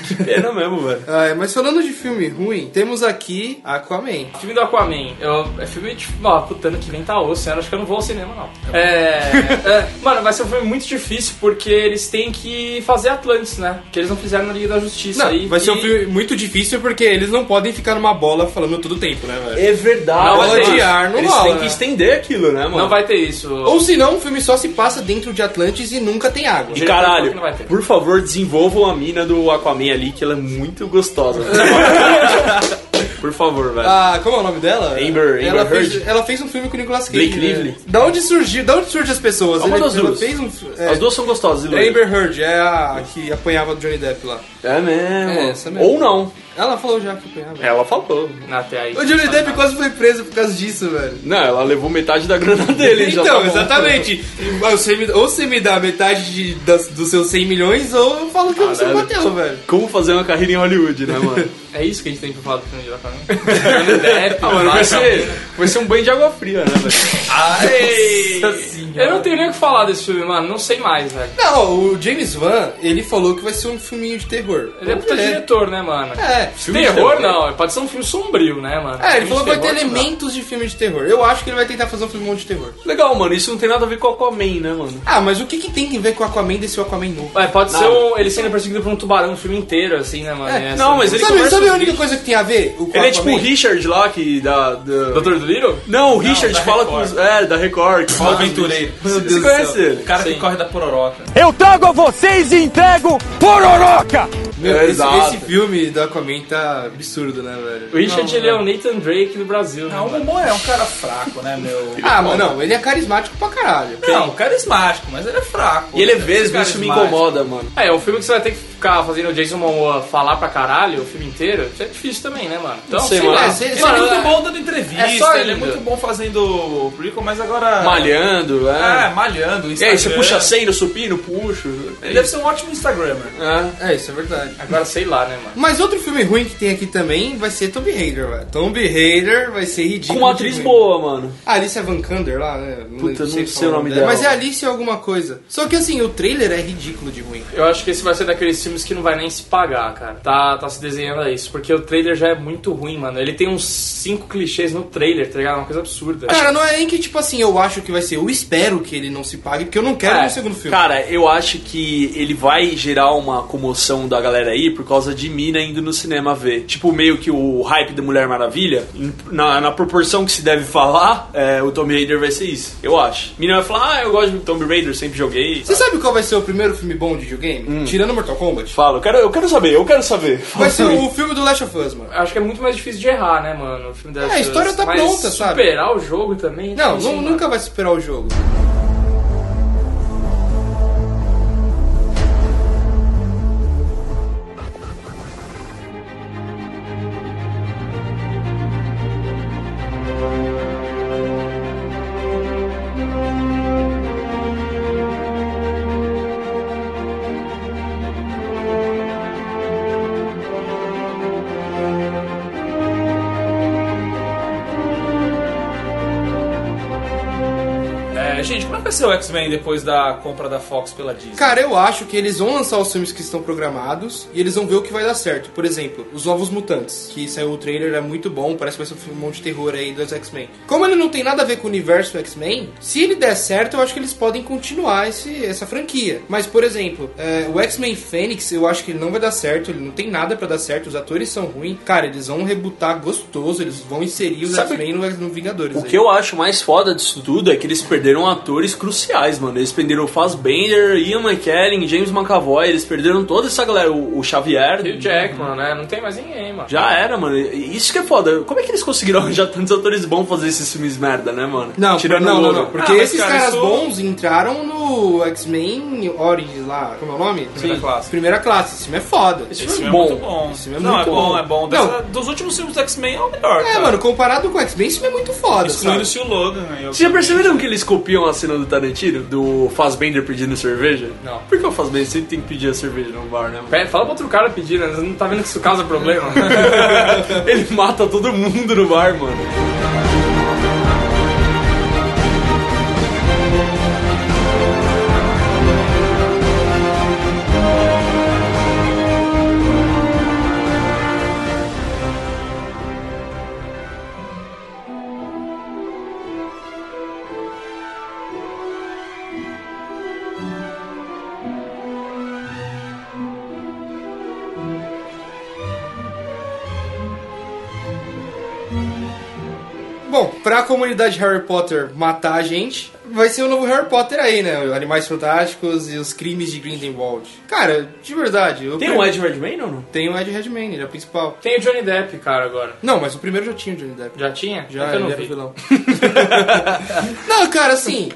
A: Que pena mesmo, velho.
E: Ah, mas falando de filme ruim, temos aqui Aquaman.
D: O filme do Aquaman, eu, é filme de. Ó, puta, ano que vem tá osso, eu acho que eu não vou ao cinema, não. É, é, Mano, vai ser um filme muito difícil porque eles têm que fazer Atlantis, né? Que eles não fizeram na Liga da Justiça.
E: Não,
D: e-
E: vai ser um
D: e-
E: filme muito difícil porque eles não podem ficar numa bola falando todo o tempo, né, velho?
A: É verdade.
D: Bola de
E: ar não
A: Eles
E: rola,
A: têm que
E: né?
A: estender aquilo, né, mano?
D: Não vai ter isso.
E: Ou senão o filme só se passa dentro de Atlantis e nunca tem água.
A: E caralho,
D: Não vai ter.
A: por favor, desenvolvam a mina do Aquaman ali, que ela é muito gostosa. por favor, velho.
E: Ah, como é o nome dela?
A: Amber-
E: ela,
A: Amber
E: fez,
A: Heard.
E: ela fez um filme com o Nicolas Cage.
A: Blake
E: né?
A: Lively.
E: Da onde surgiu? Da onde surgem as pessoas?
A: uma
E: Ele-
A: das
E: ela
A: duas.
E: fez um fi- é,
A: As duas são gostosas, Ilan.
E: Amber Heard é a que apanhava do Johnny Depp lá.
A: É mesmo.
E: É, essa mesmo.
A: Ou não.
E: Ela falou já que apanhava.
A: Ela falou.
D: né, Até aí.
E: O Johnny Depp quase foi preso por causa disso, velho.
A: Não, ela levou metade da grana dele. já tá
E: Então,
A: bom.
E: exatamente. Você me- Ou você me dá metade de, das- dos seus 100 milhões, ou eu falo que você
A: Caralho.
E: bateu, velho.
A: Como fazer uma carreira em Hollywood, né, mano?
D: É isso que a gente tem pra falar do filme de Aquaman. Johnny Depp,
A: Ah, mano, vai
D: Michael-
A: ser, vai ser um banho de água fria, né, velho? Tá assim,
D: Eu não tenho nem o que falar desse filme, mano. Não sei mais, velho.
E: Não, o James Van, ele falou que vai ser um filminho de terror.
D: Ele é puta diretor, né, mano?
E: É.
A: Filme de
D: Terror
A: terror.
D: não, pode ser um filme sombrio, né, mano?
E: É, ele falou que vai ter
D: Terror, não dá.
E: elementos de filme de terror. Eu acho que ele vai tentar fazer um filme de terror.
A: Legal, mano. Isso não tem nada a ver com o Aquaman, né, mano?
E: Ah, mas o que, que tem a ver com o Aquaman desse Aquaman novo?
D: É, pode
A: Nada.
D: ser um, ele sendo perseguido por um tubarão o filme inteiro, assim, né, mano?
E: É,
D: Essa-
A: não, mas ele
E: Sabe,
A: conversa
E: sabe a
A: com
E: única
A: bichos.
E: coisa que tem a ver? o- com
A: Ele é
E: o
A: tipo o
E: Aquaman?
A: Richard lá, que da... da-
D: Doutor do Little?
A: Não, o Richard
C: da
A: fala com
C: Record.
A: os... É, da Record. que
C: O
A: fala com os
C: aventureiro.
A: bichos. Você conhece ele?
C: O cara
D: Sim.
C: que corre da pororoca.
E: Meu,
A: É,
E: esse,
A: exato.
E: esse filme do Aquaman tá absurdo, né, velho?
D: O Richard, ele é o Nathan Drake do Brasil, né?
C: Ah, o Momô é um cara fraco, né, meu? Ah,
E: Ah, mas não, ele é carismático pra caralho.
C: Não, carismático, mas ele é fraco.
A: E ele é
C: Esse
A: vesgo, isso me
C: carismático.
A: incomoda, mano.
D: É, é um filme que você vai ter que ficar fazendo o Jason Momoa falar pra caralho o filme inteiro. Isso é difícil também, né, mano? Então,
A: Não sei,
D: sei lá.
A: mano.
E: Mas ele-
C: Ele
D: Mano,
C: é muito
D: é-
C: bom dando entrevista,
D: é só
C: ele é
D: ainda.
C: muito bom fazendo prequel, mas agora...
A: Malhando,
C: É,
E: Ah,
A: é.
C: malhando,
A: E aí, você
E: é.
C: Instagram.
A: puxa 100 no supino, puxo.
C: Ele deve ser um ótimo Instagrammer.
A: É.
E: É, isso é verdade.
D: Agora sei lá, né, mano?
E: Mas outro filme ruim que tem aqui também vai ser Tomb Raider, velho. Tomb Raider vai ser ridículo.
A: Com uma atriz
E: de ruim.
A: boa, mano.
E: A Alicia Van Kander lá, né?
A: Puta,
E: lembro
A: não sei
E: falar
A: o nome dela.
E: Mas é Alicia alguma coisa. Só que assim, o trailer é ridículo de ruim.
D: Eu acho que esse vai ser daqueles filmes que não vai nem se pagar, cara. Tá, tá se desenhando a isso. Porque o trailer já é muito ruim, mano. Ele tem uns cinco clichês no trailer, tá ligado? Uma coisa absurda.
E: Cara, não é nem que, tipo assim, eu acho que vai ser. Eu espero que ele não se pague, porque eu não quero
A: É,
E: um segundo filme.
A: Cara, eu acho que ele vai gerar uma comoção da galera aí por causa de mina indo no cinema ver. Tipo, meio que o hype da Mulher Maravilha, em- na, na proporção que se deve falar, é, o Tomb Raider vai ser isso, eu acho. Mina vai falar, ah, eu gosto de Tomb Raider, sempre joguei.
E: Você sabe qual vai ser o primeiro filme bom de videogame?
A: Hum.
E: Tirando Mortal Kombat.
A: Fala, eu quero, eu quero saber, eu quero saber.
E: Vai ser um o filme do Last of Us, mano.
D: Acho que é muito mais difícil de errar, né, mano? O filme dessas,
E: É, a história tá
D: mas
E: pronta, sabe?
D: superar o jogo também. é
E: Não,
D: difícil,
E: nu-
D: mano.
E: nunca vai superar o jogo.
C: É, gente, como é que vai ser o X-Men depois da compra da Fox pela Disney?
E: Cara, eu acho que eles vão lançar os filmes que estão programados e eles vão ver o que vai dar certo. Por exemplo, Os Novos Mutantes, que saiu o trailer, é muito bom, parece que vai ser um filme de terror aí dos X-Men. Como ele não tem nada a ver com o universo X-Men, se ele der certo, eu acho que eles podem continuar esse- essa franquia. Mas, por exemplo, é, o X-Men Fênix, eu acho que ele não vai dar certo, ele não tem nada pra dar certo, os atores são ruins. Cara, eles vão rebutar gostoso, eles vão inserir os
A: Sabe-
E: X-Men no, no Vingadores.
A: O
E: aí.
A: que eu acho mais foda disso tudo é que eles perderam atores cruciais, mano. Eles perderam o Fassbender, Ian McKellen, James McAvoy, eles perderam toda essa galera, o, o Xavier.
D: E o Jackman, né? Não tem mais ninguém, mano.
A: Já era, mano. E Isso que é foda. Como é que eles conseguiram arranjar tantos atores bons pra fazer esses filmes merda, né, mano?
E: Não,
A: Tirando
E: não,
A: o
E: não,
A: Logan.
E: não, porque
C: Ah, mas,
E: esses
C: cara,
E: caras
C: isso-
E: bons entraram no X-Men Origins lá, como é o nome?
C: Primeira classe.
E: Primeira classe, esse filme é foda.
C: Esse
A: Esse
C: filme
A: bom.
C: é muito bom.
E: Esse filme é
C: não,
E: muito
C: é bom,
E: bom.
C: é bom. Dessa- dos últimos filmes do X-Men é o melhor.
E: É,
C: cara.
E: mano, comparado com o X-Men, esse filme é muito foda, sabe?
C: Excluindo-se o Logan. né? aí,
A: Vocês já
C: obviamente.
A: perceberam que eles copiam a cena do Tarantino? Do Fassbender pedindo cerveja? Não. Por que o Fassbender sempre tem que pedir a cerveja no bar, né, mano?
D: Pera, Fala pra outro cara pedir, né? Não tá vendo que isso causa problema?
A: Ele mata todo mundo no bar, mano.
E: Bom, pra comunidade Harry Potter matar a gente, vai ser o novo Harry Potter aí, né? Animais Fantásticos e os crimes de Grindelwald. Cara, de verdade, eu
A: Tem
D: um
A: o Ed Redmayne ou não?
E: tem o Ed Redmayne, ele é o principal.
D: tem o Johnny Depp, cara, agora.
E: Não, mas o primeiro já tinha o Johnny Depp.
D: Já tinha?
E: Já,
D: é que eu não
E: ele era
D: vi.
E: vilão. não, cara, assim,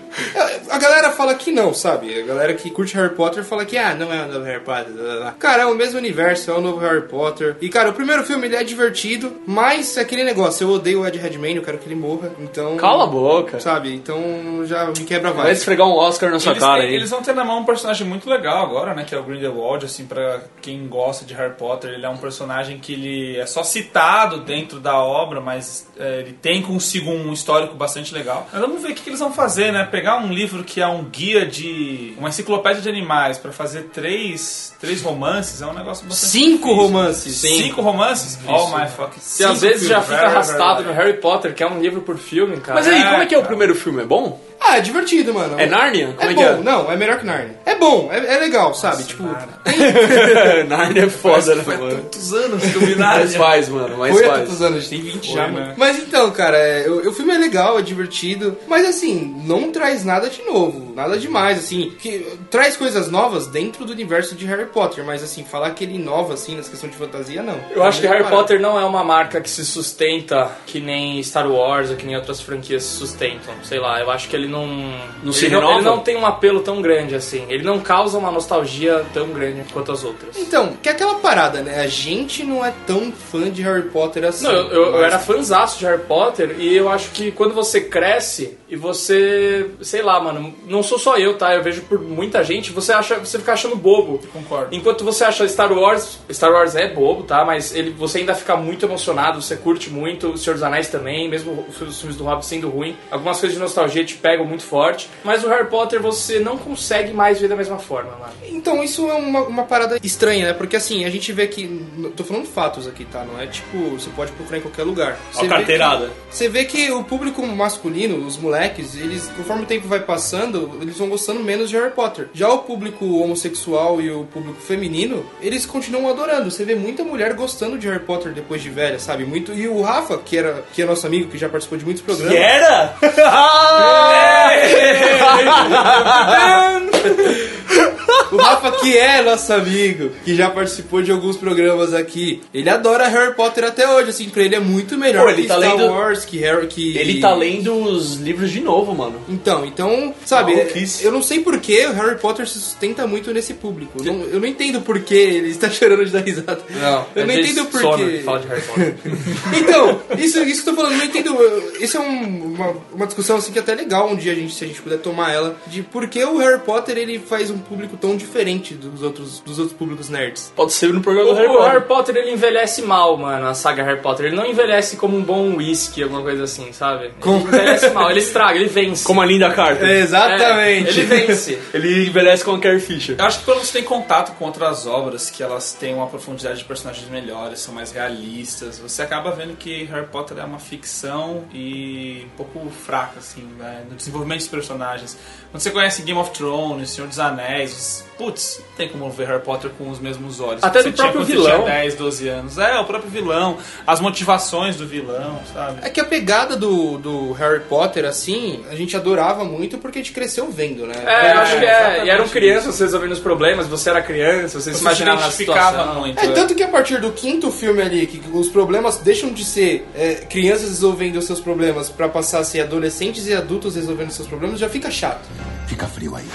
E: a galera fala que não, sabe? A galera que curte Harry Potter fala que, ah, não é o novo Harry Potter. blá, blá, blá. Cara, é o mesmo universo, é o novo Harry Potter. E, cara, o primeiro filme, ele é divertido, mas é aquele negócio, eu odeio o Ed Redmayne, eu quero que ele morra, então...
A: Cala a boca.
E: Sabe? Então já me quebra a
A: Vai
E: vibe.
A: esfregar um Oscar na sua
C: Eles,
A: cara
C: têm-
A: aí.
C: eles vão ter na mão um personagem muito legal agora, né? Que é o Grindelwald, assim, pra quem gosta de Harry Potter. Ele é um personagem que ele é só citado dentro da obra, mas é, ele tem consigo um histórico bastante legal. Mas vamos ver o que, que eles vão fazer, né? Pegar um livro que é um guia de... Uma enciclopédia de animais pra fazer três, três romances é um negócio bastante
E: Cinco
C: difícil.
E: romances.
C: Cinco romances? Oh my fuck.
D: Você às vezes já fica arrastado no Harry Potter, que é um livro por filme, cara.
A: Mas aí, como é que é o
C: cara.
A: primeiro filme? É bom?
E: Ah, é divertido, mano.
A: É Narnia? Como
E: É
A: é,
E: bom,
A: que
E: não, é melhor que Narnia. É bom, é, é legal, sabe? tipo,
A: é? Narnia é foda, né, mano?
C: Quantos anos que eu vi nada?
A: Mas faz, mano, mas
E: Foi há
A: faz.
E: tantos anos, tem 20 já,
C: Foi,
E: mano.
C: né?
E: Mas então, cara, é, o, o filme é legal, é divertido, mas assim, não traz nada de novo, nada demais, assim, que traz coisas novas dentro do universo de Harry Potter, mas assim, falar que ele inova, assim, nessa questão de fantasia, não.
D: Eu acho que Harry
E: Cara,
D: Potter não é uma marca que se sustenta que nem Star Wars ou que nem outras franquias se sustentam. Sei lá, eu acho que ele não. ele
A: se renova?
D: Ele não tem um apelo tão grande assim. Ele não causa uma nostalgia tão grande quanto as outras.
E: Então, que é aquela parada, né? A gente não é tão fã de Harry Potter assim.
D: Não, eu, eu- eu
E: mas-
D: era fanzaço de Harry Potter e eu acho que quando você cresce, e você, sei lá, mano, não sou só eu, tá? Eu vejo por muita gente, você acha, você fica achando bobo.
C: Concordo.
D: Enquanto você acha Star Wars, Star Wars é bobo, tá? Mas ele, você ainda fica muito emocionado, você curte muito, O Senhor dos Anéis também, mesmo os filmes do Hobbit sendo ruim. Algumas coisas de nostalgia te pegam muito forte, mas o Harry Potter você não consegue mais ver da mesma forma, mano.
E: Então, isso é uma, uma parada estranha, né? Porque assim, a gente vê que. n- Tô falando fatos aqui, tá? Não é tipo, você pode procurar em qualquer lugar. Você
C: Ó,
E: vê
C: carteirada.
E: que- Você vê que o público masculino, os moleques, eles, conforme o tempo vai passando, eles vão gostando menos de Harry Potter. Já o público homossexual e o público feminino, eles continuam adorando. Você vê muita mulher gostando de Harry Potter depois de velha, sabe? Muito. E o Rafa, que, era, que é nosso amigo, que já participou de muitos programas.
A: Era? é, né?
E: O Rafa, que é nosso amigo, que já participou de alguns programas aqui, ele adora Harry Potter até hoje, assim, pra ele é muito melhor
A: Pô, ele
E: que
A: tá
E: Star
A: lendo-
E: Wars, que Harry, que...
A: Ele tá lendo os livros de novo, mano.
E: Então, então, sabe,
A: Maluquice.
E: eu não sei por que o Harry Potter se sustenta muito nesse público. Não- eu não entendo por que ele está chorando de dar risada. eu não entendo por que...
D: Fala É de Harry Potter.
E: Então, isso, isso que eu tô falando, eu não entendo. eu- Isso é um- uma, uma discussão assim que é até legal um dia a gente, se a gente puder tomar ela, de por que o Harry Potter ele faz um público tão diferente dos outros, dos outros públicos nerds.
A: Pode ser no programa
D: O,
A: do Harry
D: o Harry
A: Potter.
D: Potter ele envelhece mal, mano, a saga Harry Potter. Ele não envelhece como um bom whisky, alguma coisa assim, sabe? Ele envelhece mal, ele estraga, ele vence.
A: Como a linda carta.
D: É, ele vence.
A: Ele envelhece com a Carrie Fisher.
C: Eu acho que quando você tem contato com outras obras, que elas têm uma profundidade de personagens melhores, são mais realistas, você acaba vendo que Harry Potter é uma ficção e um pouco fraca, assim, né, no desenvolvimento dos personagens. Quando você conhece Game of Thrones, Senhor dos Anéis, putz, não tem como ver Harry Potter com os mesmos olhos.
D: Até
C: que
D: do
C: você tinha
D: próprio
C: quando você
D: vilão.
C: Tinha 10, 12 anos. É, o próprio vilão, as motivações do vilão, sabe?
E: É que a pegada do, do Harry Potter, assim, a gente adorava muito porque a gente cresceu vendo, né?
D: É, eu acho que é.
C: exatamente
D: E eram
C: isso.
D: crianças resolvendo os problemas, você era criança, você, se
C: Você se
D: imaginava a
C: identificava
D: situação.
C: muito.
E: É, tanto que a partir do quinto filme ali, que os problemas deixam de ser é, crianças resolvendo os seus problemas pra passar a ser adolescentes e adultos resolvendo os seus problemas, já fica chato.
F: Fica frio aí.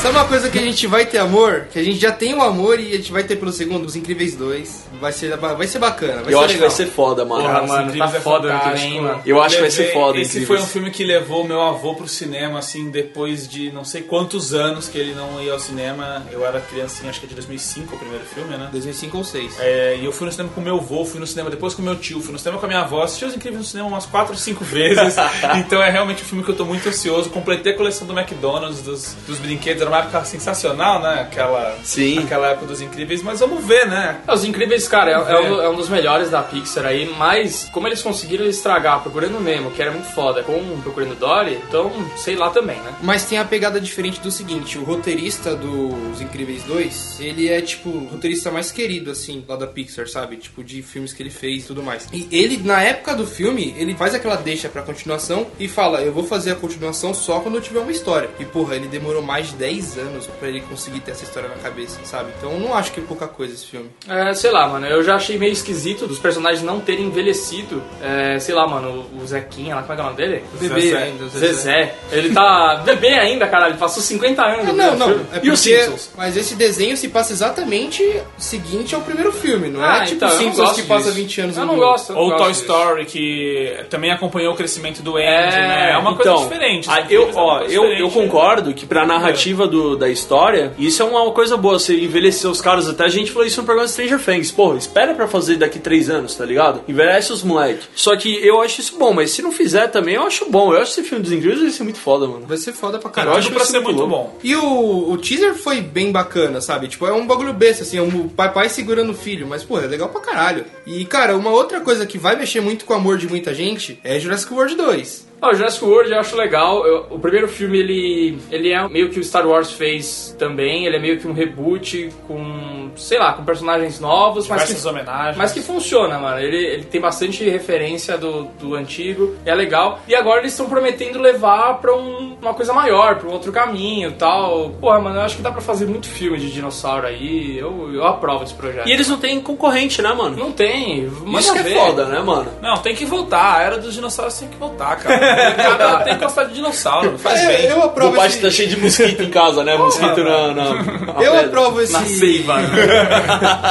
E: Sabe uma coisa que a gente vai ter amor? Que a gente já tem o amor e a gente vai ter pelo segundo, Os Incríveis 2. Vai ser, vai ser bacana, vai
A: Eu
E: ser
A: acho que
E: legal.
A: vai ser foda, mano.
D: Porra, mano,
C: Incríveis
D: tá
C: é
D: foda ano que
C: fantástico.
D: vem, mano.
A: Eu acho que vai ser foda,
C: Esse
A: Incríveis.
C: foi um filme que levou meu avô pro cinema, assim, depois de não sei quantos anos que ele não ia ao cinema. Eu era criancinha, acho que é de 2005 o primeiro filme, né?
E: 2005 ou 6.
C: É, e eu fui no cinema com meu avô, fui no cinema depois com meu tio, fui no cinema com a minha avó, assisti Os Incríveis no cinema umas 4, 5 vezes. então é realmente um filme que eu tô muito ansioso. Completei a coleção do McDonald's, dos, dos brinquedos, era uma época sensacional, né? Aquela,
A: Sim.
C: aquela época dos Incríveis, mas vamos ver, né?
D: É, Os Incríveis, cara, é, é um, é um dos melhores da Pixar aí, mas como eles conseguiram estragar Procurando Nemo, que era muito foda, com Procurando Dory, então sei lá também, né?
E: Mas tem a pegada diferente do seguinte, o roteirista dos Incríveis 2, ele é tipo o roteirista mais querido, assim, lá da Pixar, sabe? Tipo, de filmes que ele fez e tudo mais. E ele, na época do filme, ele faz aquela deixa pra continuação e fala, eu vou fazer a continuação só quando eu tiver uma história. E porra, ele demorou mais de 10 anos pra ele conseguir ter essa história na cabeça, sabe? Então eu não acho que é pouca coisa esse filme.
D: É, sei lá, mano, eu já achei meio esquisito dos personagens não terem envelhecido. É, sei lá, mano, o, o Zequinha lá, como é que é o nome dele?
E: Bebê
C: Zezé.
E: ainda, Zezé.
D: Zezé. Ele tá bebê ainda, caralho, ele passou 50 anos. né,
E: Ah, não,
D: o
E: não.
D: filme.
E: É
D: e os
E: porque-
D: Simpsons?
E: Mas esse desenho se passa exatamente seguinte ao primeiro filme, não é?
D: Ah,
E: tipo
D: então, eu não
E: Simpsons
D: gosto
E: que passa
D: disso.
E: 20 anos
D: Eu
E: no
D: não
E: mundo.
D: gosto. eu não
C: Ou
D: gosto
C: Toy
D: disso.
C: Story, que também acompanhou o crescimento do Andy,
D: É,
C: né? É uma
A: então,
C: coisa diferente.
A: a-
C: Os
A: eu,
C: Incríveis é uma
A: ó,
C: coisa
A: eu, eu
C: diferente. É.
A: concordo que pra narrativa do, da história, isso é uma coisa boa, você envelhecer os caras. Até a gente falou isso no programa Stranger Things. Porra, espera pra fazer daqui três anos, tá ligado? Envelhece os moleque. Só que eu acho isso bom, mas se não fizer também, eu acho bom. Eu acho esse filme dos incríveis vai ser muito foda, mano.
E: Vai ser foda pra
C: Cara, eu
E: caralho.
A: Eu
C: acho
A: acho
C: pra
A: isso
C: ser
A: muito
C: muito
A: louco.
C: bom.
E: E o, o teaser foi bem bacana, sabe? Tipo, é um bagulho besta, assim, é um pai, pai segurando o filho, mas, pô, é legal pra caralho. E, cara, uma outra coisa que vai mexer muito com o amor de muita gente é Jurassic World 2.
D: Ah, o Jurassic World eu acho legal. Eu- o primeiro filme, ele, ele é meio que o Star Wars fez também. Ele é meio que um reboot com, sei lá, com personagens novos, mas
C: Diversas
D: que,
C: homenagens.
D: mas que funciona, mano. Ele, ele tem bastante referência do, do antigo, é legal. E agora eles estão prometendo levar pra um- uma coisa maior, pra um outro caminho e tal. Porra, mano, eu acho que dá pra fazer muito filme de dinossauro aí. Eu, eu aprovo esse projeto.
A: E eles não têm concorrente, né, mano?
D: Não tem, mas
A: isso que é foda, né, mano?
C: Não, tem que voltar. A era dos dinossauros tem que voltar, cara.
D: Ela tem que gostar de dinossauro, não faz bem.
E: Eu
A: O
E: aprovo
A: Bupati tá
E: esse...
A: cheio de mosquito em casa, né? Mosquito na. na- na
E: Eu
A: pedra.
E: aprovo esse...
A: Na seiva.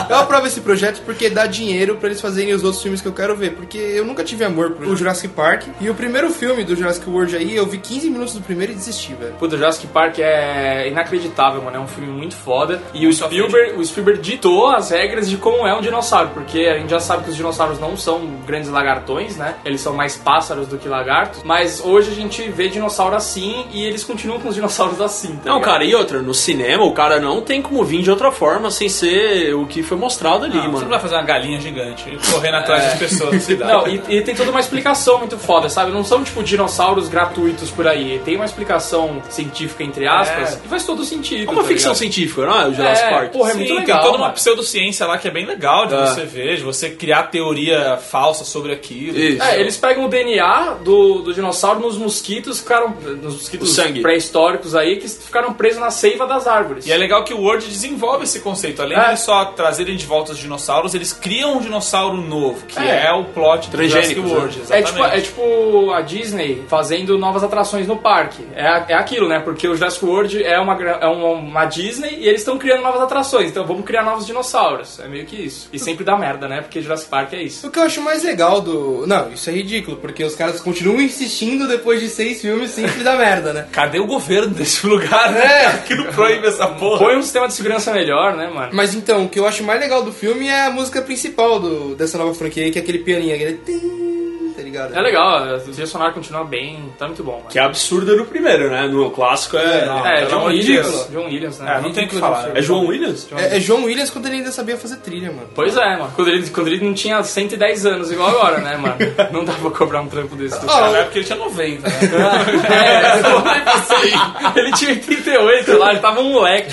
E: Eu aprovo esse projeto porque dá dinheiro pra eles fazerem os outros filmes que eu quero ver. Porque eu nunca tive amor pro Jurassic Park. E o primeiro filme do Jurassic World aí, eu vi 15 minutos do primeiro e desisti, velho.
D: Puta, Jurassic Park é inacreditável, mano. É um filme muito foda. E o Spielberg, o Spielberg ditou as regras de como é um dinossauro, porque a gente já sabe que os dinossauros não são grandes lagartões, né? Eles são mais pássaros do que lagartos. Mas hoje a gente vê dinossauro assim e eles continuam com os dinossauros assim. tá
A: Não,
D: ligado?
A: cara, e outra, no cinema o cara não tem como vir de outra forma sem ser o que foi mostrado ali,
C: Não, você não
A: mano.
C: vai fazer uma galinha gigante correndo atrás das pessoas na cidade.
D: Não, e, e tem toda uma explicação muito foda, sabe? Não são, tipo, dinossauros gratuitos por aí. Tem uma explicação científica, entre aspas, e faz todo sentido.
A: É uma
D: tá
A: ficção
D: ligado?
A: científica, não é? O Jurassic
D: É,
A: Park.
D: porra, é
C: Sim,
D: muito
C: tem
D: legal,
C: toda uma
D: mano.
C: pseudociência lá que é bem legal de
A: É.
C: você ver, de você criar teoria falsa sobre aquilo.
A: Isso.
D: É, eles pegam o DNA do, do dinossauro nos mosquitos, ficaram. Nos
A: O
D: mosquitos
A: sangue.
D: pré-históricos aí, que ficaram presos na seiva das árvores.
C: E é legal que o Word desenvolve esse conceito. Além de
D: É.
C: eles só trazerem de volta os dinossauros, eles criam um dinossauro novo, que é,
D: É.
C: o plot do Jurassic
A: Transgênicos,
C: World.
D: É
C: Exatamente.
D: tipo, é tipo a Disney fazendo novas atrações no parque. É, a- é aquilo, né? Porque o Jurassic World é uma, gra- é uma, uma Disney e eles estão criando novas atrações. Então vamos criar novos dinossauros. É meio que isso. E sempre dá merda, né? Porque Jurassic Park é isso.
E: O que eu acho mais legal do. Não, isso é ridículo, porque os caras continuam insistindo depois de seis filmes sempre da merda, né?
C: Cadê o governo desse lugar,
E: É.
C: né? Que não proíbe essa porra.
D: Põe um sistema de segurança melhor, né, mano?
E: Mas então, o que eu acho mais legal do filme é a música principal do, dessa nova franquia, aí, que é aquele pianinho, aquele. tim, Tá ligado?
D: É legal, o trilha sonora continua bem, tá muito bom. Mano.
A: Que é absurdo no primeiro, né? No clássico é.
E: É.
D: é,
C: Ah, pelo
D: John
C: amor de
D: Williams.
C: Deus.
D: John Williams, né?
C: É, não tem o que falar.
A: É João Williams?
E: É, é John Williams quando ele ainda sabia fazer trilha, mano.
D: Pois é, mano. Quando ele, quando ele não tinha 110 anos, igual agora, né, mano? Não dá pra cobrar um trampo desse do
E: Ah,
D: cara.
C: Na época É ele tinha 90, né?
D: É, pô, assim, ele tinha 88 lá, ele tava um moleque.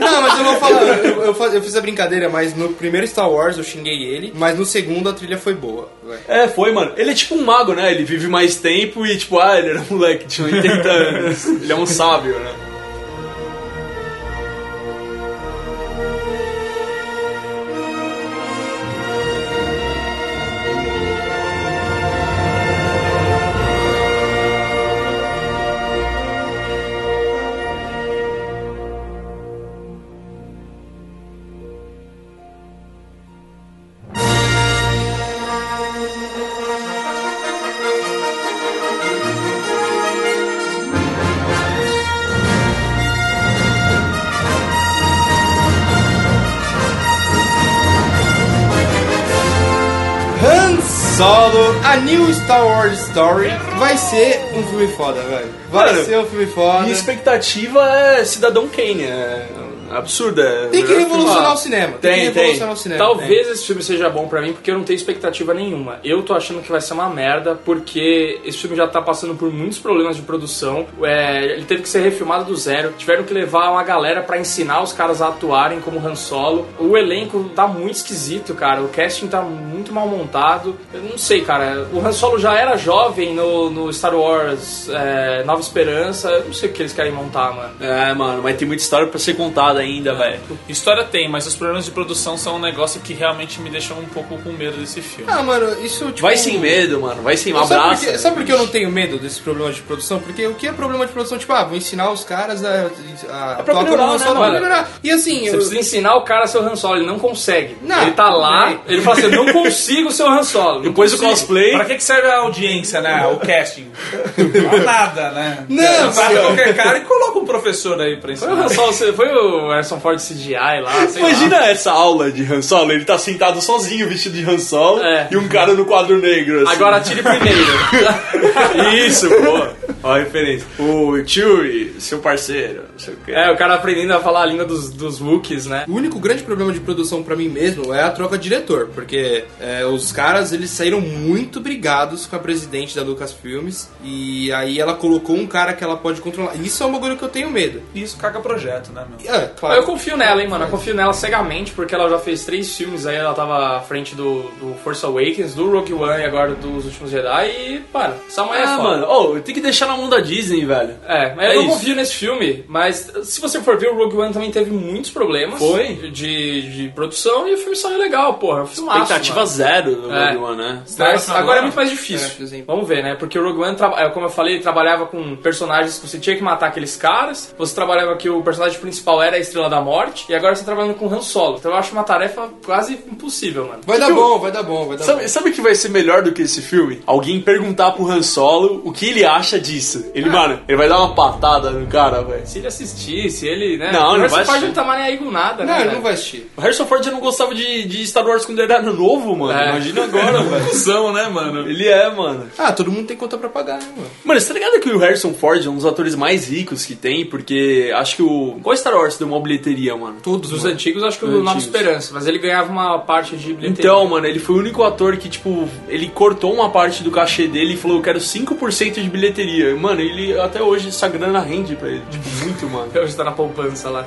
E: Não, mas eu vou falar, eu, eu faz- eu fiz a brincadeira, mas no primeiro Star Wars eu xinguei ele, mas no segundo a trilha foi boa. vai.
A: É, foi, mano. Ele é tipo um mago, né? Ele vive mais tempo e, tipo, ah, ele era um moleque, tinha 80 anos. Ele é um sábio, né?
E: Han Solo, a New Star Wars Story, vai ser um filme foda, velho. Vai
A: Mano,
E: ser um filme foda.
A: Minha expectativa é Cidadão Kane, é absurda. é
E: Tem que
A: melhor filme
E: revolucionar
A: lá.
E: o cinema.
A: Tem,
E: que
A: tem.
E: revolucionar o cinema.
D: Talvez esse filme seja bom pra mim, porque eu não tenho expectativa nenhuma. Eu tô achando que vai ser uma merda, porque esse filme já tá passando por muitos problemas de produção. É, ele teve que ser refilmado do zero. Tiveram que levar uma galera pra ensinar os caras a atuarem como Han Solo. O elenco tá muito esquisito, cara. O casting tá muito mal montado. Eu não sei, cara. O Han Solo já era jovem no, no Star Wars é, Nova Esperança. Eu não sei o que eles querem montar, mano.
A: É, mano, mas tem muita história pra ser contada ainda, velho.
C: História tem, mas os problemas de produção são um negócio que realmente me deixou um pouco com medo desse filme.
E: Ah, mano, isso tipo.
A: Vai sem medo, mano. Vai sem um
E: Sabe por,
A: abraço.
E: que, sabe por que eu não tenho medo desse problema de produção? Porque o que é problema de produção? Tipo, ah, vou ensinar os caras a. a
A: pra
E: atuar como
A: melhorar,
E: Han
A: né,
E: Solo,
A: mano?
E: pra melhorar. E assim,
D: Você
E: eu,
D: precisa ensinar o cara a ser o Han Solo, ele não consegue.
E: Não,
D: ele tá
E: tudo
D: lá,
E: bem.
D: ele fala assim, eu não consigo ser o Han Solo. não
A: Depois do
D: consigo.
A: cosplay.
C: Pra que, que serve a audiência, né? O casting? Pra nada, né?
E: Não,
C: Sabe qualquer cara e coloca um professor aí pra
D: Foi o
C: ensinar.
D: Han Solo, você- foi o Harrison Ford CGI lá, sei
A: Imagina essa aula de Han Solo. Ele tá sentado sozinho, vestido de Han Solo,
D: É.
A: e um cara no quadro negro.
D: lá.
A: assim.
D: Agora atire primeiro.
A: Isso, boa. Ó a referência. O Chewie, seu parceiro, não sei o quê.
D: é, o cara aprendendo a falar a língua dos, dos Wookiees, né?
E: O único grande problema de produção pra mim mesmo é a troca de diretor, porque é, os caras eles saíram muito brigados com a presidente da Lucasfilmes e aí ela colocou um cara que ela pode controlar. Isso é um bagulho que eu tenho medo.
C: E Isso caga projeto, né, meu?
E: É,
D: Mas
E: claro.
D: Eu confio nela, hein, mano. Eu confio nela cegamente, porque ela já fez três filmes aí, ela tava à frente do, do Force Awakens, do Rogue One e agora dos Últimos Jedi e, mano, essa mulher é
A: Ah,
D: foda.
A: mano, oh, tem que deixar na mão da Disney, velho.
D: É, mas
A: É
D: eu não
A: isso.
D: confio nesse filme, mas se você for ver, o Rogue One também teve muitos problemas.
A: Foi?
D: De, de produção e o filme saiu legal, porra. Filmaço,
A: Expectativa
D: mano.
A: zero do
D: É.
A: Rogue One, né?
D: Mas
C: Agora-
D: agora é muito mais difícil.
E: É,
D: Vamos ver, né? Porque o Rogue One, traba- é, como eu falei, ele trabalhava com personagens que você tinha que matar aqueles caras. Você trabalhava que o personagem principal era a Estrela da Morte. E agora você tá trabalhando com o Han Solo. Então eu acho uma tarefa quase impossível, mano.
E: Vai dar bom, vai dar bom, vai dar
A: Tipo, Sabe,
E: bom.
A: sabe o que vai ser melhor do que esse filme? Alguém perguntar pro Han Solo o que ele acha disso. Ele, mano, ele vai dar uma patada no cara, velho.
D: Se ele assistisse, ele, né?
A: Não, não vai
D: Mas você pode
A: assistir.
D: não tá mais nem aí com nada, né?
E: Não, ele
D: velho?
E: não vai assistir.
A: O Harrison Ford já não gostava de, de Star Wars quando ele era novo, mano.
D: É.
A: Imagina agora, velho.
C: São, né, mano?
A: Ele é, mano.
E: Ah, todo mundo tem conta pra pagar, né, mano?
A: Mano, você tá ligado que o Harrison Ford é um dos atores mais ricos que tem? Porque acho que o. Qual Star Wars deu uma bilheteria, mano?
D: Todos os antigos, acho que o Nova
A: Antigos.
D: Esperança, mas ele ganhava uma parte de bilheteria.
A: Então, mano, ele foi o único ator que, tipo, ele cortou uma parte do cachê dele e falou: Eu quero 5% de bilheteria. Mano, ele até hoje
D: tá
A: essa grana rende pra ele. Tipo, muito, mano.
D: hoje tá na poupança lá.